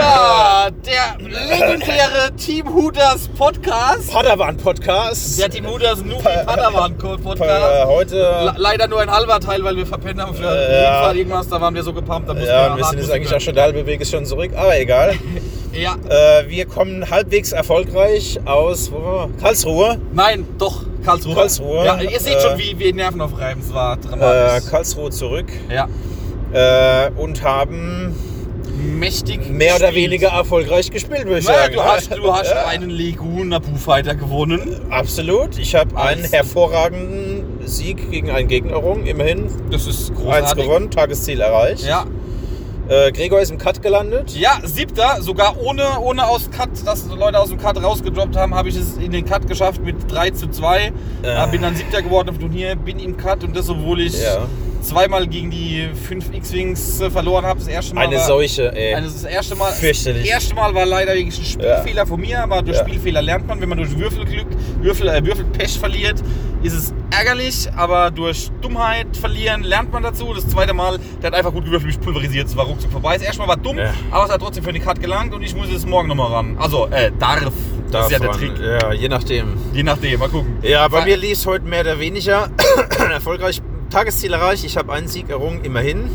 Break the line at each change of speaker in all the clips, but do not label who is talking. Ja, der legendäre Team Hooters Podcast.
Padawan-Podcast.
Der Team Hooters Nubi Padawan Podcast.
Äh,
Le-
heute.
Leider nur ein halber Teil, weil wir verpennt haben für
Äh, ja.
Fall irgendwas. Da waren wir so gepumpt. Da mussten
Ja, wir
wir
sind
hart
jetzt eigentlich
müssen
auch schon, der halbe Weg ist schon zurück, aber egal.
wir. Ja,
Äh, wir kommen halbwegs erfolgreich aus wo waren wir? Karlsruhe.
nein, doch, Karlsruhe.
Karlsruhe.
Ja, ihr seht
Äh,
schon, wie wir Nerven aufreiben. Es war
Äh,
dramatisch.
Karlsruhe zurück
ja,
äh, und haben
mächtig.
mehr oder
gespielt.
weniger erfolgreich gespielt, würde ich
Naja,
sagen.
du hast, du hast
Ja,
einen Leguna Buchfighter gewonnen.
Absolut. Ich habe einen
Als-
hervorragenden Sieg gegen einen Gegnerung, immerhin.
Das ist
Eins
großartig.
gewonnen, Tagesziel erreicht.
Ja,
Äh, Gregor ist im Cut gelandet.
Ja, siebter, sogar ohne, ohne aus Cut, dass Leute aus dem Cut rausgedroppt haben, habe ich es in den Cut geschafft mit 3 zu 2.
Äh.
Bin dann siebter geworden im Turnier, bin im Cut und das, obwohl ich
Ja.
zweimal gegen die 5 X-Wings äh, verloren habe. Das erste Mal.
Eine
war,
Seuche, ey.
Eine, Also das erste Mal.
Fürchterlich.
Das erste Mal war leider wirklich ein Spielfehler von mir, aber durch
Ja.
Spielfehler lernt man. Wenn man durch Würfelglück, Würfel, äh, Würfelpech verliert, ist es ärgerlich, aber durch Dummheit verlieren lernt man dazu. Das zweite Mal, der hat einfach gut gewürfelt, mich pulverisiert, es war ruckzuck vorbei. Das erste Mal war dumm,
Ja.
aber es hat trotzdem für den Cut gelangt und ich muss jetzt morgen nochmal ran. Also, äh, darf. Das ist ja der
Davon,
Trick.
Ja, je nachdem.
Je nachdem, mal gucken.
Ja, bei
Weil-
mir lief es heute mehr oder weniger erfolgreich. Tagesziel erreicht, ich habe einen Sieg errungen, immerhin.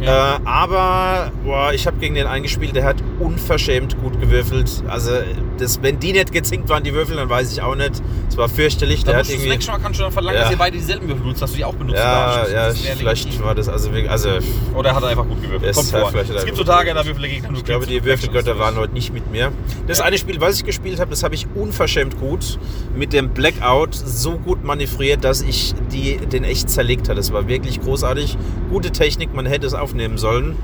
Ja.
Äh, aber boah, ich habe gegen den eingespielt, der hat unverschämt gut gewürfelt. Also, das, wenn die nicht gezinkt waren, die Würfel, dann weiß ich auch nicht. Es war fürchterlich.
Da
Der hat
musst du das
irgendwie.
nächste Mal kannst du dann verlangen,
Ja.
dass ihr beide dieselben Würfel benutzt, dass du die auch benutzen
Ja,
darfst.
ja,
Das wär
vielleicht
legitim.
war das. Also, wirklich- also
Oder hat er einfach gut gewürfelt?
Es
Kommt
hat
vor.
vielleicht
Es
einfach
gibt so
gut
Tage, da
gewürfelt.
würfel Gegner nur
ich glaube, die Würfelgötter waren heute nicht mit mir. Das
Ja.
eine Spiel, was ich gespielt habe, das habe ich unverschämt gut mit dem Blackout so gut manövriert, dass ich die, den echt zerlegt hatte. Das war wirklich großartig. Gute Technik, man hätte es aufnehmen sollen.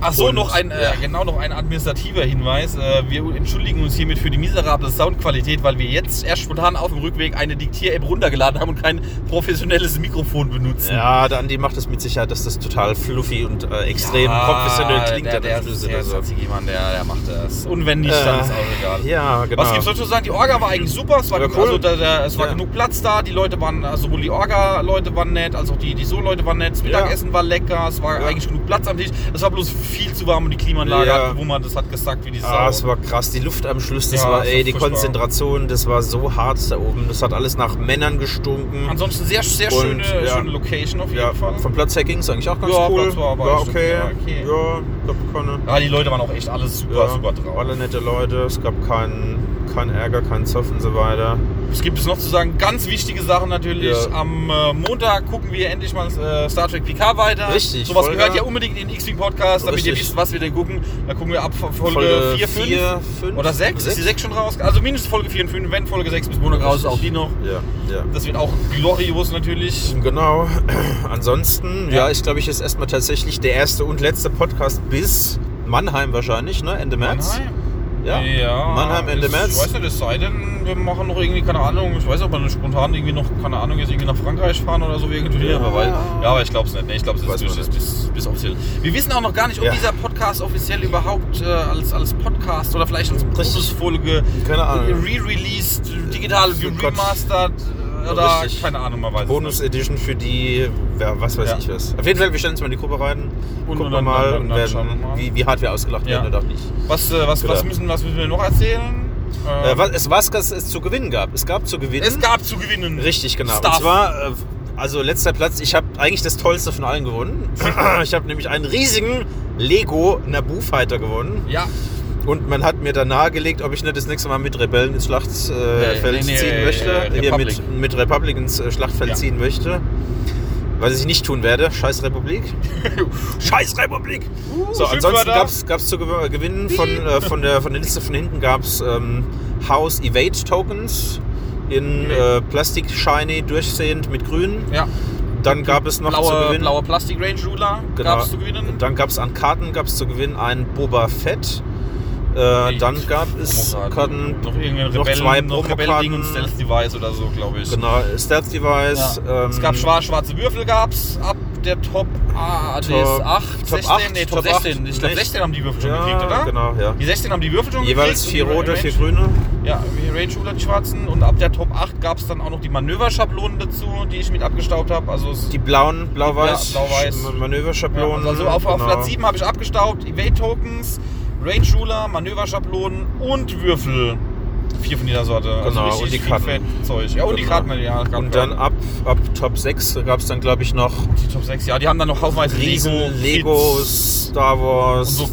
Ach so,
Und-
noch ein, äh,
ja.
genau noch ein administrativer Hinweis. Äh, wir entschuldigen uns hiermit für die miserable Soundqualität, weil wir jetzt erst spontan auf dem Rückweg eine Diktier-App runtergeladen haben und kein professionelles Mikrofon benutzen.
Ja, Ah, der Andi macht es mit Sicherheit, dass das total fluffy und äh, extrem
Ah,
professionell klingt.
Der, der,
der
der,
Schlüssel
der,
oder so.
ist jemand, der, der macht das. Und wenn nicht, dann
Äh,
ist auch egal.
Ja, genau.
Was gibt's sonst zu sagen? Die Orga war eigentlich super. Es war,
War
genug-
cool.
also, da, da, es war
Ja.
genug Platz da. Die Leute waren, also sowohl die Orga-Leute waren nett, als auch die, die So-Leute waren nett. Das Mittagessen war lecker. Es war
Ja.
eigentlich genug Platz am Tisch. Es war bloß viel zu warm und die Klimaanlage
Ja.
hat gewummert. Das hat gesagt wie die Sau.
Ah, es war krass. Die Luft am Schluss, das
Ja,
war,
das
ey,
ist
die
furchtbar.
Konzentration, das war so hart da oben. Das hat alles nach Männern gestunken.
Ansonsten sehr, sehr
Und,
schöne,
ja.
schöne Location auf jeden
Ja,
Fall.
vom Platz her ging es eigentlich auch ganz
Ja,
cool.
Platz war aber
ja,
echt
okay.
okay.
Ja, gab keine.
Ja, Ah, die Leute waren auch echt alles super,
ja,
super drauf.
Alle nette Leute, es gab keinen keinen Ärger, keinen Zoff und so weiter.
Es gibt es noch zu sagen, ganz wichtige Sachen natürlich.
Ja.
Am äh, Montag gucken wir endlich mal äh, Star Trek PK weiter.
Richtig,
Sowas
Folge-
gehört ja unbedingt in den X-Wing Podcast, damit ihr
Richtig.
wisst, was wir denn gucken. Da gucken wir ab Folge 4, 5.
vier, fünf,
Oder 6? Ist die 6 schon raus? Also mindestens Folge 4 und 5, wenn Folge 6 bis Montag raus ist, auch die noch.
Ja, ja.
Das wird auch glorios natürlich.
Genau. Ansonsten,
Ja.
ja, ich glaube, ich ist erstmal tatsächlich der erste und letzte Podcast bis Mannheim wahrscheinlich, ne? Ende März. Ja. Mannheim Ende
ist, Ich
März.
weiß nicht, es sei denn, wir machen noch irgendwie, keine Ahnung, ich weiß nicht, ob man spontan irgendwie noch, keine Ahnung, jetzt irgendwie nach Frankreich fahren oder so, wie irgendwie.
Ja.
Aber weil, ja, aber ich glaube es nicht. Nee, ich glaube, es
Weiß
ist
man
durch, bis,
nicht.
bis, bis offiziell. Wir wissen auch noch gar nicht, ob
Ja.
dieser Podcast offiziell überhaupt äh, als, als Podcast oder vielleicht als
Richtig.
Bonusfolge
Keine Ahnung.
re-released, digital
Oh Gott.
remastered äh, oder
Richtig.
keine Ahnung, man weiß es
Bonus Edition für die, ja, was weiß
Ja.
ich was. Auf jeden Fall, wir stellen uns mal in die Gruppe rein.
Und-
gucken
und
wir
dann-
mal,
dann- dann
werden,
schauen wir mal.
Wie, wie hart wir ausgelacht
Ja.
werden oder auch nicht.
Was, äh, was, was,
Oder?
müssen, was müssen wir noch erzählen?
Genau. Äh,
Ähm,
was, es, was es, es zu gewinnen gab. Es gab zu gewinnen.
es gab zu gewinnen.
Richtig, genau.
Stuff.
Und zwar, äh, also letzter Platz, ich habe eigentlich das Tollste von allen gewonnen. ich habe nämlich einen riesigen Lego Naboo Fighter gewonnen.
Ja,
Und man hat mir da nahegelegt, ob ich nicht das nächste Mal mit Rebellen ins Schlachtfeld
Nee, nee, nee,
ziehen
äh,
möchte.
Republic.
Hier mit, mit Republic ins äh, Schlachtfeld
Ja.
ziehen möchte. Was ich nicht tun werde. Scheiß Republik. Scheiß Republik!
Uh,
so, ansonsten
Schimpfwörter.
gab es zu gew- gewinnen von, äh, von, der, von der Liste von hinten gab es ähm, House Evade Tokens in äh, Plastik shiny durchsehend mit grün.
ja.
Dann gab es noch zu
blaue,
gewinnen.
blaue Plastic Range Ruler
Genau.
gab es zu gewinnen.
Dann gab es an Karten gab's zu gewinnen einen Boba Fett. Äh,
Nee,
dann gab es Karten,
noch irgendein
noch
Rebellen,
zwei
noch Rebellen ein
Promokarten.
Stealth Device oder so, glaube ich.
genau, Stealth Device.
Ja.
ähm,
es gab schwarz, schwarze Würfel gab's ab der Top ah,
Top-
DS 8,
Top
16,
acht,
nee, Top,
Top
16.
acht,
Ich glaube
nicht?
16 haben die Würfel schon gekriegt,
ja,
oder?
genau, ja.
Die 16 haben die Würfel schon
Jeweils
gekriegt.
vier
und die
rote,
Range-
vier grüne.
Ja, Range Ruler, die schwarzen. Und ab der Top 8 gab es dann auch noch die Manöverschablonen dazu, die ich mit abgestaubt habe. Also es
Die blauen, blau-weiß,
Ja, blau-weiß.
Manöverschablonen.
Ja, also auf, auf
genau.
Platz 7 habe ich abgestaubt, Evade Tokens. Range Ruler, Manöverschablonen und Würfel. Vier von jeder Sorte. Also
Genau,
richtig
und die
viel
Karten.
Fettzeug. Ja, und die
Genau.
Karten, ja. Karten-
Und dann ab, ab Top 6 gab es dann, glaube ich, noch
die Top 6, ja. Die haben dann noch haufenweise
Riesen, Lego,
Lego, Kits
Star
und
Wars,
so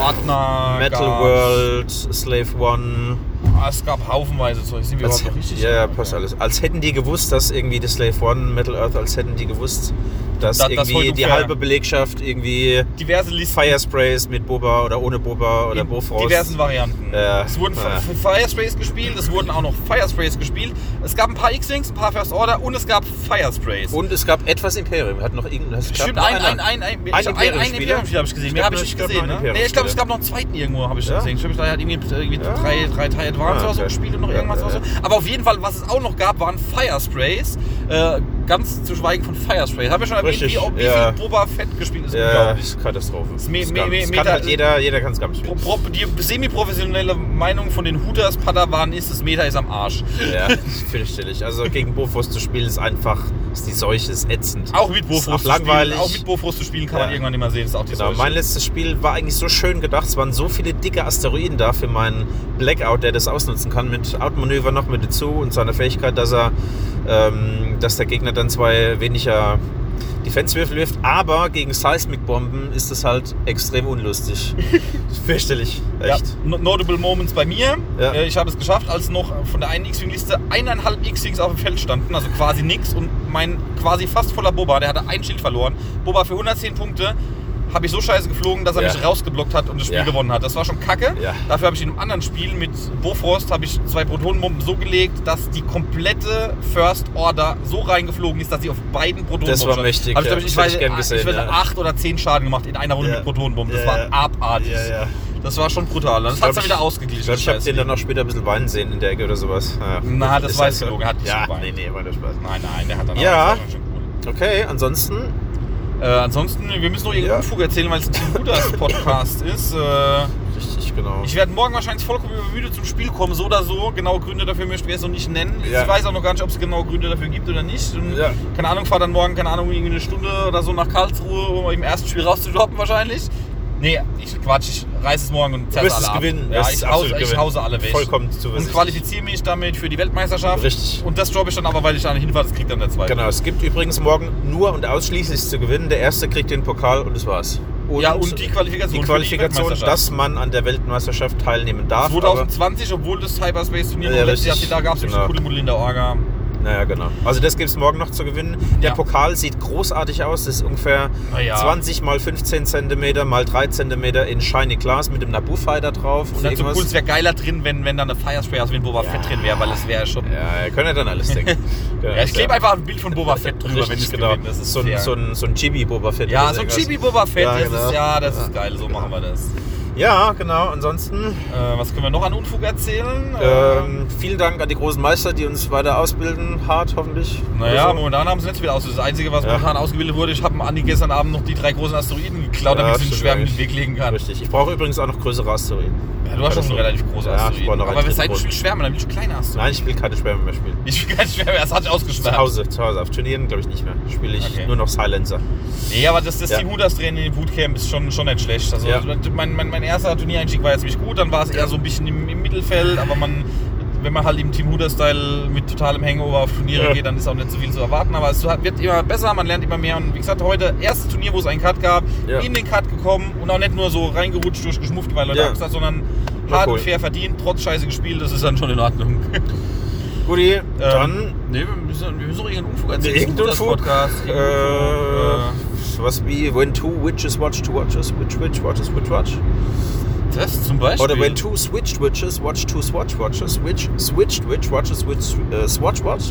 Kartenordner.
Metal
gab's.
World, Slave One.
Ah, Es gab haufenweise Zeug. Sind wir
Als,
überhaupt noch richtig?
ja, ja, passt alles. Als hätten die gewusst, dass irgendwie die Slave One, Metal Earth, als hätten die gewusst, dass
Da- das
irgendwie
heute
die
ungefähr-
halbe Belegschaft irgendwie
Diverse Listen.
Firesprays mit Boba oder ohne Boba oder
in
Bofrost.
diversen Varianten.
Ja.
Es wurden
Ja.
F- Firesprays gespielt, es wurden auch noch Firesprays gespielt. Es gab ein paar X-Wings, ein paar First Order und es gab Firesprays.
Und es gab etwas Imperium. Wir hatten noch irgendein. es gab
Stimmt,
noch
ein,
einen.
ein, ein, ein, ich
Ein
hab- ein, ein
Imperium-Spieler?
Imperium-Spiel habe ich gesehen.
Ich
Mehr
glaub,
habe ich
nur-
nicht
ich glaub,
gesehen.
nur ein
Ne? Nee, ich glaube,
Imperium-Spieler.
es gab noch einen zweiten irgendwo, habe ich
Ja.
gesehen. Stimmt, da hat irgendwie, äh, irgendwie
Ja.
drei, drei Teil Advance
Ah,
oder so
okay.
gespielt und noch
Ja,
irgendwas.
ja,
oder so. Aber auf jeden Fall, was es auch noch gab, waren Firesprays. Äh, ganz zu schweigen von Firesprays. Habe ich schon erwähnt,
Richtig,
wie, wie
ja.
viel Boba Fett gespielt ist.
Ja,
Unglaublich.
ist Katastrophe.
me-
Es
me-
kann-
me-
es
Meta-
kann halt jeder, jeder kann es Scum
Pro,
spielen.
pro, die semi-professionelle Meinung von den Hooters Padawan ist, das Meta ist am Arsch.
Ja, ist fürchterlich. Also gegen Bofrost zu spielen ist einfach, ist die Seuche, ist ätzend.
Auch mit
Ist auch
Bofrost zu
langweilig.
spielen, auch mit Bofrost zu spielen kann man
Ja.
irgendwann nicht mehr sehen. Ist auch die
Genau,
Seuche.
mein letztes Spiel war eigentlich so schön gedacht. Es waren so viele dicke Asteroiden da für meinen Blackout, der das ausnutzen kann mit Outmanöver noch mit dazu und seiner Fähigkeit, dass er, ähm, dass der Gegner dann zwei weniger Defense-Würfel wirft. Aber gegen Seismic-Bomben ist das halt extrem unlustig. Fürchterlich,
Ja,
echt.
no- notable Moments bei mir.
Ja.
Äh, Ich habe es geschafft, als noch von der einen X-Wing-Liste eineinhalb X-Wings auf dem Feld standen, also quasi nix. Und mein quasi fast voller Boba, der hatte ein Schild verloren. Boba für 110 Punkte habe ich so scheiße geflogen, dass er
Ja.
mich rausgeblockt hat und das Spiel
Ja.
gewonnen hat. Das war schon kacke.
Ja.
Dafür habe ich in einem anderen Spiel mit Bofrost habe ich zwei Protonenbomben so gelegt, dass die komplette First Order so reingeflogen ist, dass sie auf beiden Protonenbomben
Das war
stand.
mächtig,
Hab ich,
ja.
glaub ich,
Das
ich,
hätte
weiß, ah,
ich gern
ich
gesehen,
weiß,
ja.
acht oder zehn Schaden gemacht in einer Runde
Ja.
mit Protonenbomben. Das
Ja, ja.
war abartig.
Ja, ja.
Das war schon brutal. ne? Das
Ich
hat
glaub,
dann
ich-
wieder
Ich
ausgeglichen.
glaube, ich habe
Scheiß.
den dann auch später ein bisschen weinen sehen in der Ecke oder sowas. Ja.
Na, das
Ist
war
halt
jetzt
so.
gelogen. Hat nicht
Ja,
geweint.
nee, nee, war nur Spaß.
Nein, nein, der hat dann
Ja.
auch. das war schon cool.
Okay, ansonsten
Äh, ansonsten, wir müssen noch irgendeinen
Ja.
Unfug erzählen, weil es ein Team Buddhas Podcast ist. Äh,
Richtig, genau.
ich werde morgen wahrscheinlich vollkommen übermüdet zum Spiel kommen, so oder so. Genaue Gründe dafür möchte ich jetzt noch nicht nennen.
Ja.
Ich weiß auch noch gar nicht, ob es genaue Gründe dafür gibt oder nicht. Und
Ja.
Keine Ahnung, fahre dann morgen, keine Ahnung, irgendwie eine Stunde oder so nach Karlsruhe, um im ersten Spiel rauszudroppen wahrscheinlich. Nee, ich quatsch, ich reiß es morgen und
du
zerr's
wirst
alle
es
ab.
gewinnen.
Ja,
wirst es
ich,
absolut
hause, ich
gewinnen.
hause alle weg.
Vollkommen zu
und qualifiziere mich damit für die Weltmeisterschaft.
Richtig.
Und das droppe ich dann aber, weil ich eine hinfahre, das kriegt dann der zweite.
Genau, es gibt übrigens morgen nur und ausschließlich zu gewinnen. Der Erste kriegt den Pokal und das war's. Und
ja, und die
die
Qualifikation. für
Qualifikation,
Weltmeisterschaft.
dass man an der Weltmeisterschaft teilnehmen darf. aber,
2020, obwohl das Cyberspace-Turnier
Ja,
ja,
ja,
letztes Jahr
richtig.
da gab, es
Genau.
genau. coole Modell in der Orga.
naja, genau. Also das gibt es morgen noch zu gewinnen. Der
Ja.
Pokal sieht großartig aus. Das ist ungefähr
Na ja.
20 mal 15 cm mal 3 cm in Shiny Glass mit dem Naboo-Fighter drauf.
Und dazu cool, es wäre geiler drin, wenn, wenn da eine Firespray, also wenn Boba
Ja.
Fett drin wäre, weil das wäre schon. Ja,
Ja, ihr könnt ja dann alles denken. Genau,
ich klebe einfach ein Bild von Boba Fett drüber, wenn
Richtig,
ich
genau.
gewinne. Das ist
so, ein,
fair.
so, ein, so ein Chibi-Boba Fett.
ja,
oder
so ein
irgendwas.
Chibi Boba Fett,
Ja,
das
genau.
ist ja, das ist
Ja.
geil, so
Genau.
machen wir das.
Ja, genau. Ansonsten
Äh, was können wir noch an Unfug erzählen?
ähm, vielen Dank an die großen Meister, die uns weiter ausbilden. Hart, hoffentlich. Also,
Naja,
Oder so.
momentan haben sie nicht so viel aus. Das Einzige, was
Ja.
momentan ausgebildet wurde, ich habe dem Andi gestern Abend noch die drei großen Asteroiden geklaut,
Ja,
damit ich den
stimmt
schwer mit dem
eigentlich.
Weg legen kann.
Richtig. Ich brauche übrigens auch noch größere Asteroiden. Also,
Ja, du hast schon so relativ große
Ja, ich
Asteroiden.
brauche noch
Aber halt
einen
wir sind
dritten
viel schwärmer, damit ich kleine Asteroiden.
Nein, ich will keine Sperme mehr spielen.
Ich bin kein Schwärmer, das hat ich
Zu
ausgeschwärmt.
Hause, zu Hause. Auf Turnieren glaube ich nicht mehr. Spiele ich
Okay.
nur noch Silencer.
Nee, aber das, das
Ja.
Team Hooters Training im Bootcamp ist schon, schon nicht schlecht. Also
Ja.
mein, mein, mein erster Turniereinstieg war jetzt nicht gut, dann war es eher so ein bisschen im, im Mittelfeld, aber man, wenn man halt im Team Hooter-Style mit totalem Hangover auf Turniere
Ja.
geht, dann ist auch nicht so viel zu erwarten. Aber es wird immer besser, man lernt immer mehr. Und wie gesagt, heute erstes Turnier, wo es einen Cut gab,
Ja.
in den Cut gekommen und auch nicht nur so reingerutscht, durchgeschmufft, weil Leute
Ja.
Angst hat, sondern
War
hart
cool.
und fair verdient, trotz Scheiße gespielt, das ist dann schon in Ordnung. Ähm,
Guti, dann.
Nee, wir müssen, wir müssen doch irgendeinen Unfug erzählen.
Irgendein
Das
Unfug.
Podcast,
Äh,
irgendein Unfug, äh.
was wie When two witches watch two watches, which witch watches which watch?
Das zum Beispiel.
Oder when two switched witches watch two swatch watches, which switched witch watches which äh, swatch watch?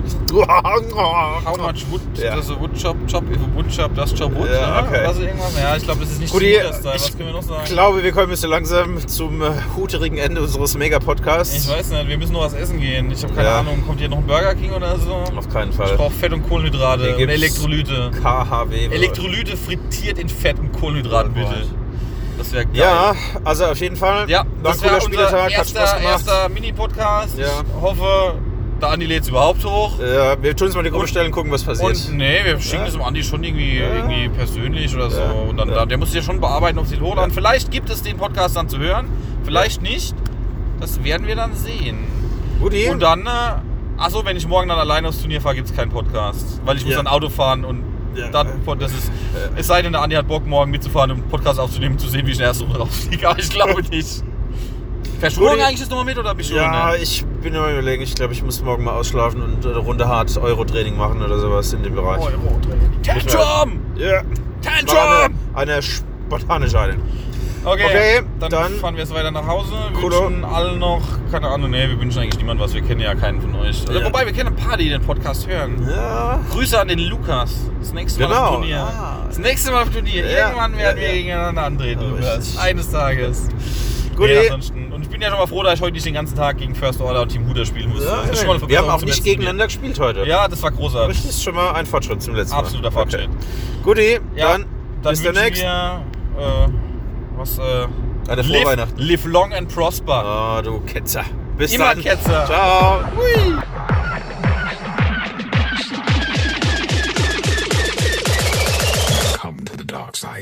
How much wood
Ja.
does a wood chop chop if a wood chop does chop wood?
Ja,
ne?
okay.
Also irgendwas. Ja, ich glaube, das ist nicht
Guti,
so das Teil. Was
ich
können wir noch sagen?
Ich glaube, wir kommen jetzt so langsam zum äh, huterigen Ende unseres
Ich
Mega-Podcasts.
weiß nicht, wir müssen noch was essen gehen. Ich habe keine
Ja.
Ahnung, kommt hier noch ein Burger King oder so?
Auf keinen
Ich
Fall.
brauche Fett und
Hier
Kohlenhydrate und
gibt's
Elektrolyte.
KHW.
Elektrolyte frittiert in Fett und Kohlenhydraten,
Oh Gott.
bitte. Das wäre geil.
Ja, also auf jeden Fall.
Ja,
war ein
das
cooler
war unser
Spieltag, hat Spaß
erster,
gemacht.
erster Mini-Podcast.
Ja.
Ich hoffe, Der Andi lädt es überhaupt hoch.
Ja, wir tun uns mal die Gruppe
Und-
stellen, gucken, was passiert.
Und nee, wir schicken
Ja.
das dem Andi schon irgendwie,
Ja.
irgendwie persönlich oder so.
Ja.
Und dann,
Ja.
da- der muss sich ja schon bearbeiten, ob sie holen.
Ja.
Und Vielleicht gibt es den Podcast dann zu hören, vielleicht nicht. Das werden wir dann sehen.
Guti.
Und dann, äh, achso, wenn ich morgen dann alleine aufs Turnier fahre, gibt es keinen Podcast. Weil ich muss
Ja.
dann Auto fahren und
Ja. äh,
dann, das ist, es sei denn, der Andi hat Bock, morgen mitzufahren und einen Podcast aufzunehmen, zu sehen, wie ich in der ersten Runde rausfliege. Aber ich glaube nicht. Verschwörung
Guti.
eigentlich ist nochmal mit oder bist du
ja,
ohne?
ich bin am überlegen, ich glaube, ich muss morgen mal ausschlafen und eine Runde hart Euro-Training machen oder sowas in dem Bereich.
Oh, Tantrum!
Ja. War
Tantrum!
eine, eine spontane Entscheidung.
Okay,
Okay,
dann,
dann-
fahren wir jetzt weiter nach Hause.
Cool.
Wünschen allen noch, keine Ahnung, nee, wir wünschen eigentlich niemandem was. Wir kennen ja keinen von euch. Also,
Ja.
Wobei, wir kennen ein paar, die den Podcast hören.
Ja.
Grüße an den Lukas. Das nächste Mal
Genau.
auf dem Turnier.
Ah.
Das nächste Mal auf dem Turnier.
Ja.
Irgendwann werden
Ja,
wir
ja.
gegeneinander antreten,
Aber
Lukas.
richtig.
Eines Tages.
Gut,
Nee,
eh.
ansonsten. Und ich bin ja schon mal froh, dass ich heute nicht den ganzen Tag gegen First Order und Team Huder spielen muss. Das ist schon mal eine
wir haben
Verbesserung
auch
zum
nicht
letzten
gegeneinander gespielt heute.
Turnier. Ja, das war
Aber das
großartig.
ist schon mal ein Fortschritt zum letzten Mal.
Absoluter Fortschritt.
Okay. Guti,
Ja,
dann, bis
wünschen
demnächst.
Wir, äh, was, äh,
Eine frohe
live,
Weihnachten.
live long and prosper.
Ah, du Ketzer. Bis
Immer
dann.
Ketzer.
Ciao.
Come to the dark side.